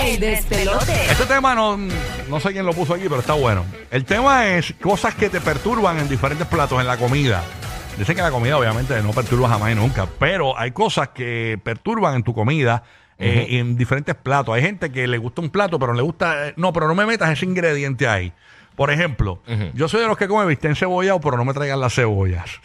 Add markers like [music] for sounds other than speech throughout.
el despelote. Este tema no, no sé quién lo puso aquí, pero está bueno. El tema es cosas que te perturban en diferentes platos en la comida. Dicen que la comida obviamente no perturba jamás y nunca, pero hay cosas que perturban en tu comida eh, en diferentes platos. Hay gente que le gusta un plato, pero no le gusta, eh, no, pero no me metas ese ingrediente ahí. Por ejemplo, yo soy de los que come bistec encebollado, pero no me traigan las cebollas. [laughs]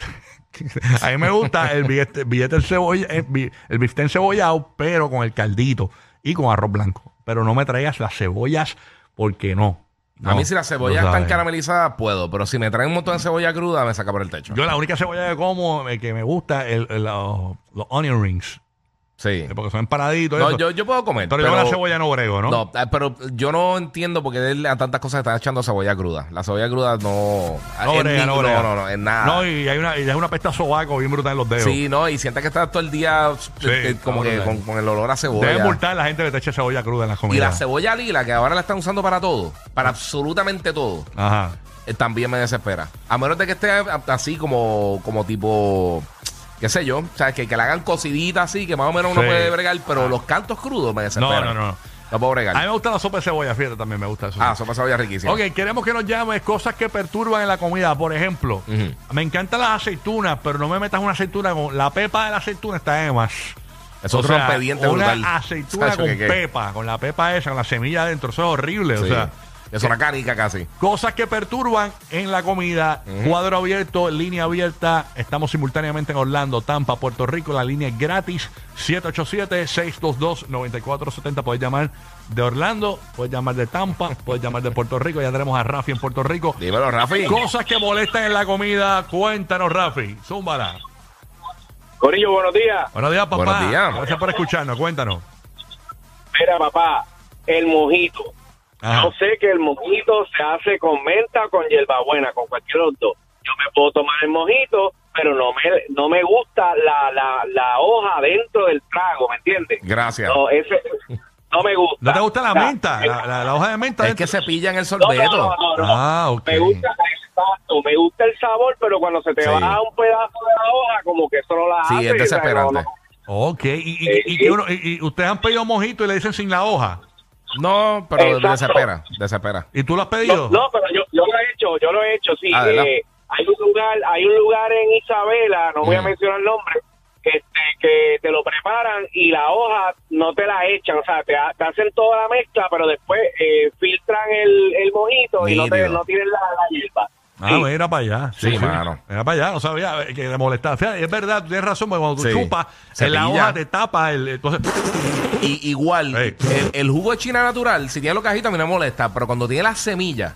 A mí me gusta el billete, billete en cebolla, eh, bi- el bifte encebollado, pero con el caldito y con arroz blanco. Pero no me traigas las cebollas porque no. a No, mí si las cebollas tú están sabes. caramelizadas, puedo. Pero si me traen un montón de cebolla cruda, me saca por el techo. Yo la única cebolla que como eh, que me gusta es los, los onion rings. sí. eh, Porque son empanaditos. No, eso. yo, yo puedo comer. pero, yo con la cebolla no brego, ¿no? No, eh, pero yo no entiendo por qué a tantas cosas están echando cebolla cruda. La cebolla cruda no... No en brega, ni- no no, brega. no, no, en nada. No, y hay una, y hay una pesta a sobaco bien brutal en los dedos. sí, no, y sientes que estás todo el día eh, como no, que no, con, con el olor a Deben cebolla. multar a la gente que te eche cebolla cruda en las Y la comidas. cebolla lila, que ahora la están usando para todo, para absolutamente todo, Ajá. eh, también me desespera. A menos de que esté a- así como, como tipo, qué sé yo, o sea, que, que la hagan cocidita así, que más o menos uno Sí. Ah. puede bregar, pero los cantos crudos me desesperan. no, no. No puedo bregar. A mí me gusta la sopa de cebolla, fíjate, también me gusta eso. Ah, sopa de cebolla riquísima. Ok, queremos que nos llames cosas que perturban en la comida. Por ejemplo, Ujú. me encantan las aceitunas, pero no me metas una aceituna con. La pepa de la aceituna está de más. Eso O es sea, rompeviente Una brutal. [laughs] aceituna Sacho, con que qué. pepa, con la pepa esa, con la semilla adentro. Eso es horrible. O Sí. sea, es una canica casi. cosas que perturban en la comida. Cuadro abierto, línea abierta. Estamos simultáneamente en Orlando, Tampa, Puerto Rico. La línea es gratis. 787-622-9470. Puedes llamar de Orlando, puedes llamar de Tampa, [laughs] puedes llamar de Puerto Rico. Ya tenemos a Rafi en Puerto Rico. Dímelo, Rafi. Cosas que molestan en la comida. Cuéntanos, Rafi. Zúmbala. Corillo, buenos días. Buenos días, papá. Buenos días. Gracias por escucharnos. Cuéntanos. Mira, papá, el mojito. Ajá. Yo sé que el mojito se hace con menta o con hierbabuena, con cualquiera de los dos. Yo me puedo tomar el mojito, pero no me, no me gusta la, la, la hoja dentro del trago, ¿me entiendes? Gracias. No, ese no me gusta. ¿No te gusta la O sea, menta? La, la- la hoja de menta. es que dentro? se pillan el No, no, sorbeto. no, no, no. Ah, ok. Me gusta exacto, me gusta el sabor, pero cuando se te Sí. va un pedazo de la hoja, como que eso no la Sí, hace, es o sea, no- desesperante. no- Ok. ¿Y, y, Eh, y- y que uno- y- y ustedes han pedido mojito y le dicen sin la hoja? No, pero Exacto. desespera, desespera. ¿Y tú lo has No, pedido? no, pero yo, yo lo he hecho, yo lo he hecho, sí. Ah, ¿verdad? Eh, hay un lugar, hay un lugar en Isabela, no voy a Mm. mencionar el nombre, este, que te lo preparan y la hoja no te la echan, o sea, te, ha- te hacen toda la mezcla, pero después eh, filtran el, el mojito y no, te, Nítido. no tienen la, la hierba. Ah, Sí. mira para allá. Sí, mano. Mira para allá. No sabía eh, que te molestaba. Fíjate, es verdad, tú tienes razón, porque cuando tú Sí. chupas, Se en la pilla. hoja te tapa el. Entonces. [laughs] Y, igual, Ey. el, el jugo de China natural, si tiene los cajitos, a mí no me molesta, pero cuando tiene las semillas,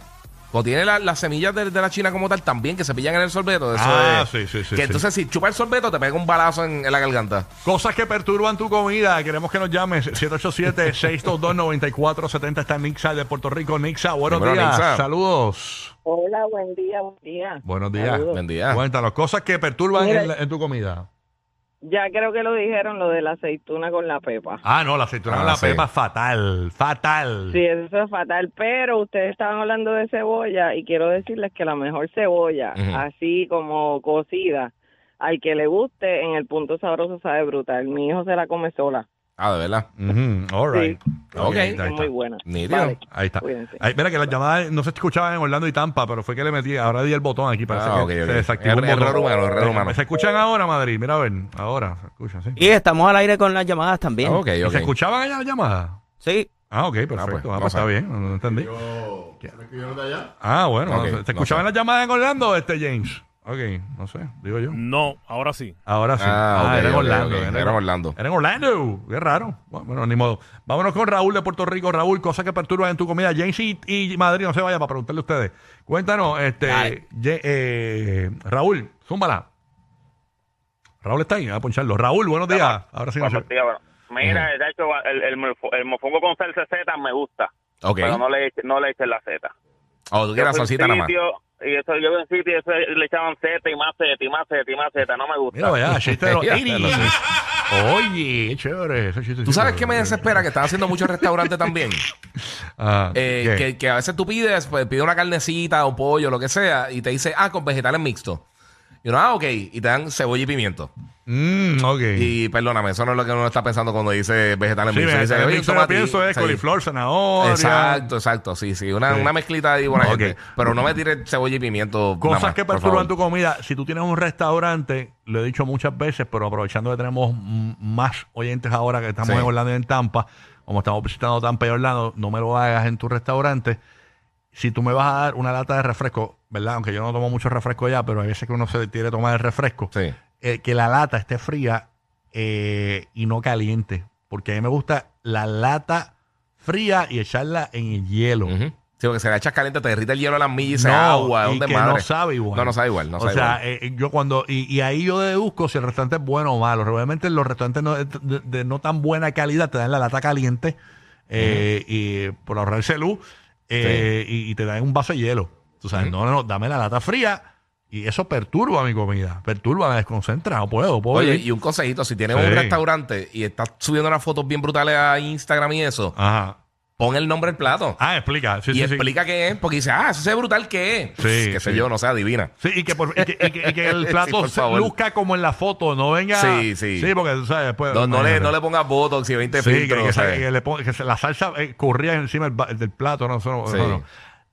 cuando tiene la- las semillas de, de la China como tal, también que se pillan en el sorbeto. Eso Ah, es- sí, sí, sí, Que sí. entonces, si chupa el sorbeto, te pega un balazo en, en la garganta. Cosas que perturban tu comida. Queremos que nos llames. 787-622-9470. Está Nixa de Puerto Rico. Nixa, buenos Dímelo, días. Nixa. Saludos. Hola, buen día, buen día. Buenos días. Saludos. Buen día. Cuéntanos, cosas que perturban Mira. en, la- en tu comida. Ya creo que lo dijeron, lo de la aceituna con la pepa. Ah, no, la aceituna Ah, con la sí. pepa fatal. Fatal. Sí, eso es fatal, pero ustedes estaban hablando de cebolla y quiero decirles que la mejor cebolla, Ujú. así como cocida, al que le guste, en el punto sabroso sabe brutal. Mi hijo se la come sola. Ah, de verdad. Ujú, all right. Ok, ahí Es está, ahí está. muy buena. Nítido. Vale. Ahí está. Cuídense. Ay, mira que las llamadas no se escuchaban en Orlando y Tampa, pero fue que le metí, ahora di el botón aquí, parece Ah, que ok, ok. se desactivó Error- el botón. error humano, error humano. Se escuchan ahora, Madrid, mira a ver, ahora se escuchan, sí. Y estamos al aire con las llamadas también. Ah, Ok, ¿Y ok. se escuchaban allá las llamadas? Sí. Ah, ok, perfecto. Ah, no pues sé. está bien, no, no entendí. Ah, bueno, Ok, no sé. ¿se no escuchaban sé. las llamadas en Orlando, este James? Ok, no sé, digo yo. No, ahora sí. Ahora sí. Ah, ok, era en ok, Orlando. ok. Era, en- Era en Orlando. Era en Orlando. Qué raro. Bueno, ni modo. Vámonos con Raúl de Puerto Rico. Raúl, cosas que perturban en tu comida. James y, y Madrid, no se vaya para preguntarle a ustedes. Cuéntanos, este, Dale. Ye- eh, Raúl, zúmbala. Raúl está ahí, a poncharlo. Raúl, buenos días. Ahora sí, no sé. Buenos días, bueno. Mira, de hecho, el, el, mofo- el mofongo con salsa Z me gusta. Ok. pero no le, no le echen la seta. O tú quieres la salsita nada más. Y eso, yo en sitio y eso le echaban seta y más seta y más seta y más seta. No me gusta. [laughs] Mira, vaya, chiste de los Ya, 80s. lo sé. Oye, chévere. ese chistecito. ¿Tú sabes qué me desespera? Que están haciendo [laughs] muchos restaurantes también. Ah, Eh, ¿qué? que, que a veces tú pides, pues, pide una carnecita o pollo, lo que sea, y te dice, ah, con vegetales mixtos. Y uno, ah, ok. Y te dan cebolla y pimiento. Mm, ok. Y perdóname, eso no es lo que uno está pensando cuando dice vegetales Sí, mixtos. me, Dice, me- "Oye, yo tomate". pienso es Sí. coliflor, zanahoria. Exacto, exacto, sí, sí. Una, Sí. una mezclita ahí buena Ok. gente. Pero no me tires cebolla y pimiento. Cosas nada más, que por perturban favor. tu comida. Si tú tienes un restaurante, lo he dicho muchas veces, pero aprovechando que tenemos mm, más oyentes ahora que estamos Sí. en Orlando y en Tampa, como estamos visitando Tampa y Orlando, no me lo hagas en tu restaurante. Si tú me vas a dar una lata de refresco, ¿verdad? Aunque yo no tomo mucho refresco ya, pero hay veces que uno se quiere tomar el refresco. Sí. eh, que la lata esté fría eh, y no caliente. Porque a mí me gusta la lata fría y echarla en el hielo. Ujú. Sí, porque se la echas caliente, te derrite el hielo a las millas y se No, agua. y ¿Dónde que madre? no sabe igual. No, no sabe igual. No o sabe sea, igual. eh, yo cuando. Y, y ahí yo deduzco si el restaurante es bueno o malo. Realmente los restaurantes no- eh, de, de no tan buena calidad te dan la lata caliente eh, y por ahorrarse luz eh, y, y te dan un vaso de hielo. Tú sabes, no, no, no, dame la lata fría y eso perturba mi comida. Perturba, me desconcentra. No puedo, puedo. Oye, vivir. y un consejito: si tienes Sí. un restaurante y estás subiendo unas fotos bien brutales a Instagram y eso, Ajá. pon el nombre del plato. Ah, explica. Sí, y sí, sí. explica qué es, porque dice, ah, eso se ve brutal qué es. Sí, qué sé sí. yo, no sé, adivina. Sí, y que, por- y que- y que- y que [laughs] el Sí, plato por se favor. luzca como en la foto, no venga. Sí, sí. Sí, porque tú sabes, después. No, no le, imagínate. no le pongas botox y 20 Sí, que- filtros. que, o sea. sa- que le pon- que se- la salsa eh, corría encima del, ba- del plato, no, eso no- Sí. eso no.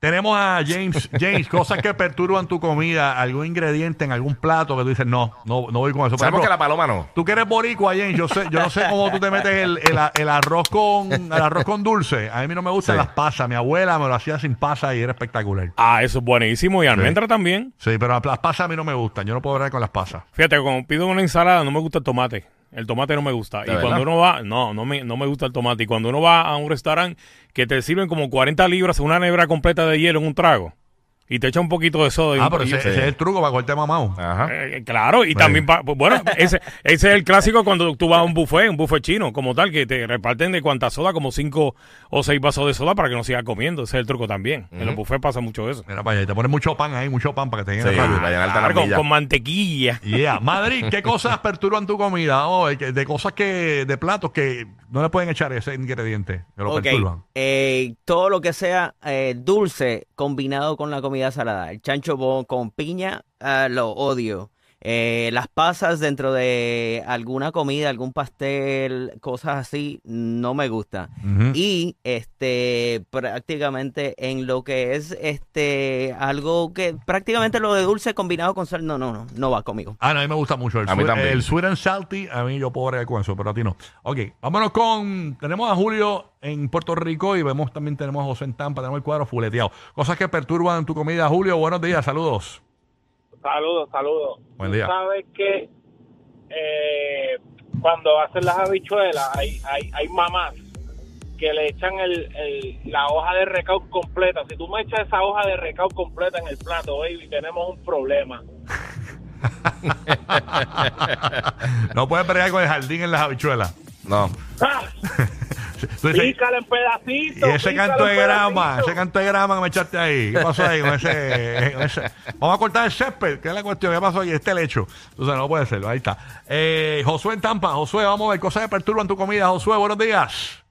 Tenemos a [laughs] James. James, cosas que perturban tu comida, algún ingrediente en algún plato que tú dices, no, no, no voy con eso. Por Sabemos ejemplo, que la paloma no. Tú que eres boricua, James, yo, sé, yo no sé cómo tú te metes el, el a- el arroz con el arroz con dulce. A mí no me gustan Sí. las pasas. Mi abuela me lo hacía sin pasas y era espectacular. Ah, eso es buenísimo. Y almendra también. Sí, pero las pasas a mí no me gustan. Yo no puedo hablar con las pasas. Fíjate, cuando pido una ensalada no me gusta el tomate. El tomate no me gusta. Y verdad? cuando uno va, no, no me, no me gusta el tomate. Y cuando uno va a un restaurante que te sirven como 40 libras, una nebra completa de hielo en un trago. Y te echa un poquito de soda. y Ah, un- pero y- ese, ese es el truco para cortar mamado. Ajá. Eh, claro, y también, pa- pues, bueno, ese, ese es el clásico cuando tú vas a un buffet, un buffet chino, como tal, que te reparten de cuánta soda, como cinco o seis vasos de soda para que no sigas comiendo. Ese es el truco también. En los buffets pasa mucho eso. Mira para allá, te ponen mucho pan ahí, mucho pan para que te Sí, llene rápido. para llenarte Claro, las con, millas. con mantequilla. Yeah. Madrid, ¿qué cosas perturban tu comida? Vamos a ver, que- de cosas que, de platos que no le pueden echar ese ingrediente, que lo Ok, perturban. eh, todo lo que sea eh, dulce combinado con la comida salada. El chancho bon con piña, ah, lo odio. Eh, las pasas dentro de alguna comida, algún pastel, cosas así, no me gusta. Ujú. Y este prácticamente en lo que es este algo que prácticamente lo de dulce combinado con sal, no, no, no, no va conmigo. Ah, no, a mí me gusta mucho el, A mí sweet- también. el sweet and salty. A mí yo puedo bregar con eso, pero a ti no. Ok, vámonos con. Tenemos a Julio en Puerto Rico y vemos también tenemos a José en Tampa, tenemos el cuadro fuleteado. Cosas que perturban tu comida, Julio. Buenos días, saludos. Saludos, saludos. Buen día. Tú sabes que eh, cuando hacen las habichuelas, hay, hay, hay mamás que le echan el, el- la hoja de recaudo completa. Si tú me echas esa hoja de recaudo completa en el plato, baby, tenemos un problema. [laughs] No puedes bregar con el jardín en las habichuelas. [laughs] No. ¡Ah! Tú dices, Pícala en pedacitos. Y ese pícala canto de en grama, pedacitos. ese canto de grama que me echaste ahí. ¿Qué pasó ahí con ese? [laughs] con ese? Vamos a cortar el césped, que es la cuestión. ¿Qué pasó ahí? Este lecho. Entonces no puede ser, ahí está. Eh, Josué en Tampa, Josué, vamos a ver cosas que perturban tu comida. Josué, buenos días.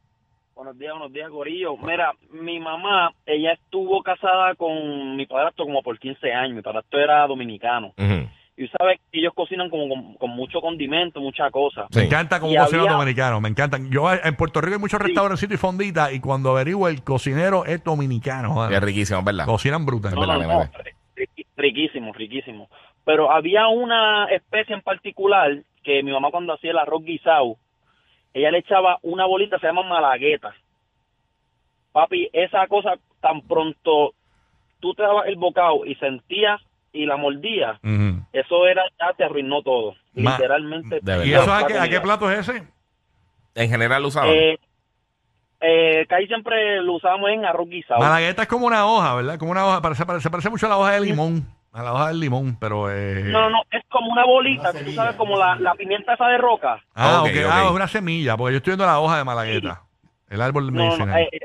Buenos días, buenos días, Gorillo. Mira, mi mamá, ella estuvo casada con mi padrastro como por 15 años. Mi padrastro era dominicano. Ujú. Y sabes, ellos cocinan como con, con mucho condimento, mucha cosa. Sí. Me encanta como Y cocinan los había- dominicanos, me encantan. Yo eh, en Puerto Rico hay muchos restaurancitos y fonditas y cuando averiguo el cocinero es dominicano. joder. Y Es riquísimo, ¿verdad? Cocinan brutal. No, no, Dale, no, dale. riqui- riquísimo, riquísimo. Pero había una especie en particular que mi mamá cuando hacía el arroz guisado, ella le echaba una bolita, se llama malagueta. Papi, esa cosa tan pronto, tú te dabas el bocado y sentías y la mordías, Ujú. eso era, ya te arruinó todo. Ma- literalmente. de verdad. ¿Y Pero eso a la qué, a qué comida. plato es ese? En general lo usaban. Eh, eh, que ahí siempre lo usamos en arroz guisado. Malagueta es como una hoja, ¿verdad? Como una hoja, parece, parece, se parece mucho a la hoja de limón. A la hoja del limón, pero... Eh... No, no, no, es como una bolita, tú sabes, como la, la pimienta esa de roca. Ah, Ah, ok, ok. Ah, ok. es una semilla, porque yo estoy viendo la hoja de malagueta. El árbol No, no, medicinal. eh, eh,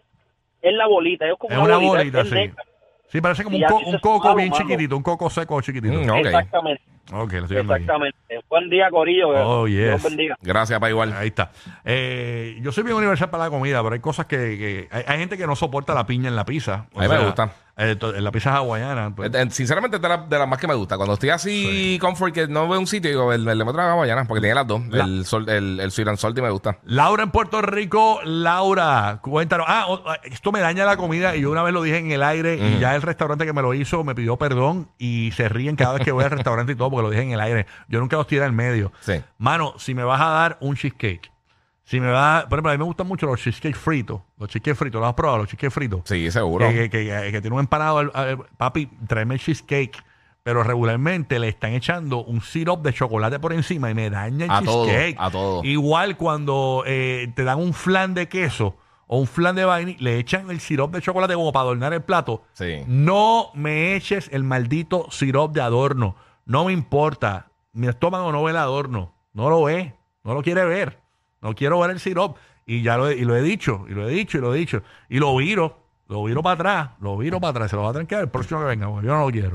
es la bolita. Es como Es una bolita, bolita, es sí. negra. Sí, parece como Y un, co- así se un coco suma, bien mano. chiquitito, un coco seco chiquitito. Mm, ok. Exactamente, Ok, lo estoy viendo aquí. exactamente. Buen día, Corillo. Oh, yes. Dios bendiga. Gracias, para igual. Ahí está. Eh, yo soy bien universal para la comida, pero hay cosas que... que- hay, hay gente que no soporta la piña en la pizza. A mí me gusta. eh, to- en la pizza hawaiana. pues, Eh, eh, Sinceramente, es de las de las más que me gusta. Cuando estoy así, comfort, que no veo un sitio, digo, el, el de Metro de Guayana, porque tiene las dos. El, sol, el, el Sweet and Salty me gusta. Laura en Puerto Rico, Laura, cuéntanos. Ah, o- ah, esto me daña la comida y yo una vez lo dije en el aire y ya el restaurante que me lo hizo me pidió perdón y se ríen cada vez que voy al restaurante y todo porque lo dije en el aire. Yo nunca los tiré al medio. Sí. Mano, si me vas a dar un cheesecake, si me vas a, por ejemplo, a mí me gustan mucho los cheesecake fritos, los cheesecake fritos, ¿los has probado? Los cheesecake fritos. Sí, seguro. Que, que, que- que tiene un empanado. al- al- papi, tráeme el cheesecake. Pero regularmente le están echando un syrup de chocolate por encima y me daña el A todo, cheesecake. a todo. Igual cuando eh, te dan un flan de queso o un flan de vainilla, le echan el syrup de chocolate como para adornar el plato. Sí. No me eches el maldito syrup de adorno. No me importa. Mi estómago no ve el adorno. No lo ve. No lo quiere ver. No quiero ver el syrup. Y ya lo, he- y lo he dicho, y lo he dicho, y lo he dicho. Y lo viro. Lo viro para atrás. Lo viro para atrás. Se lo va a tranquear el próximo que venga. porque Yo no lo quiero.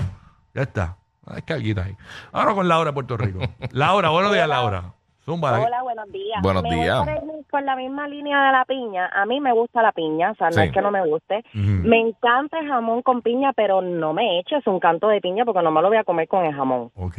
Ya está. Una descarguita ahí. Ahora con Laura de Puerto Rico. Laura, buenos días, Laura. Zumba. Hola, Ah, buenos días. Buenos Me voy días. por, el- por la misma línea de la piña. A mí me gusta la piña, o sea, no Sí. es que no me guste. Ujú. Me encanta el jamón con piña, pero no me eches un canto de piña porque no me lo voy a comer con el jamón. Ok.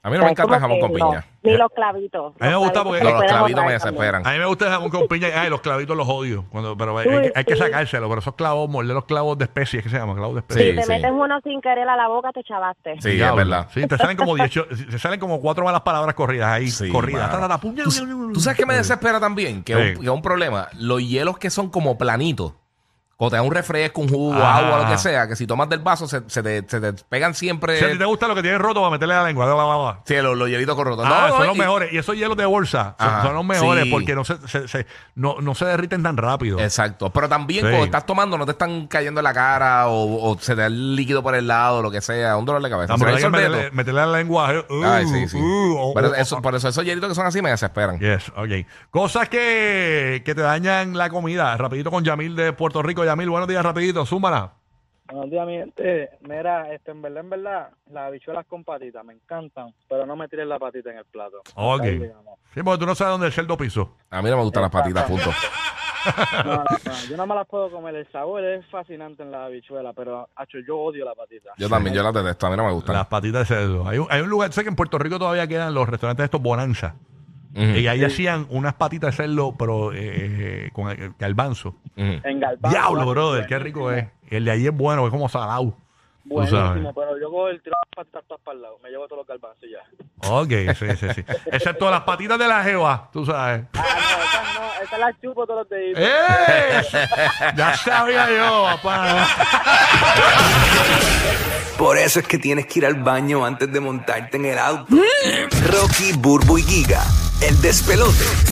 A mí no O sea, me es encanta como el jamón con que no. piña. Ni los clavitos. A mí me Los gusta porque- se No, los pueden clavitos me botar también. desesperan. A mí me gusta el jamón con piña. Ay, los clavitos los odio. Cuando, pero hay, hay- hay que Sí. sacárselo. Pero esos clavos, morder los clavos de especies, que se llaman? Clavos de especies. Si Sí, te sí. metes uno sin querer a la boca, te chavaste. Sí, es Diablo. verdad. Sí, te salen como 18, se salen como cuatro malas palabras corridas ahí. Sí, corridas. mano. Ta, ta, ta, puña, puña, puña, ¿Tú sabes que me puña. desespera también? Que es Sí. un, que es un problema. Los hielos que son como planitos. Cuando te dan un refresco, un jugo, Ah. agua, lo que sea, que si tomas del vaso se, se te, se te pegan siempre. Si a ti te gusta lo que tiene roto para meterle la lengua. la, la, la, la. Sí, los, los hielitos corrotos. Ah, son los y- mejores. Y esos hielos de bolsa son, Ajá, son los mejores sí. porque no se, se- se- no, no se derriten tan rápido. Exacto. Pero también Sí. cuando estás tomando, no te están cayendo en la cara o, o se te da el líquido por el lado, lo que sea. Un dolor de cabeza. Si Tampoco no hay hay que sorbeto- meterle, meterle la lengua. eh, uh, Ay, sí, sí. uh, oh, Pero oh, eso- oh. por eso esos hielitos que son así me desesperan. Yes, ok. Cosas que, que te dañan la comida. Rapidito con Yamil de Puerto Rico. Yamil, buenos días, rapidito. Súmala. Buenos días, mi gente. Mira, este, en verdad, en verdad, las habichuelas con patitas me encantan, pero no me tiren la patita en el plato. Ok. Ahí llegamos. Sí, porque tú no sabes dónde es el cerdo piso. A mí no me gustan las patitas, punto. No, no, no, yo no me las puedo comer. El sabor es fascinante en las habichuelas, pero acho, yo odio la patita. Yo también, yo las detesto. A mí no me gustan. Las patitas de cerdo. Hay un, hay un lugar, sé que en Puerto Rico todavía quedan los restaurantes estos Bonanza. Ujú, Y ahí hacían unas patitas de cerdo, pero eh, con el- el garbanzo. ujú. En galván. Diablo, brother, qué rico es. El de ahí es bueno, es como salado. Buenísimo, sabes. pero yo cojo el tiro de las patitas todas para el lado. Me llevo todos los garbanzos y ya. Ok, sí, sí, sí. Excepto las patitas de la jeva, tú sabes. Ah, no, esas no, esas las chupo todos los deditos. ¡Eh! Ya sabía yo, papá. Por eso es que tienes que ir al baño antes de montarte en el auto. Rocky, Burbu y Giga, el despelote.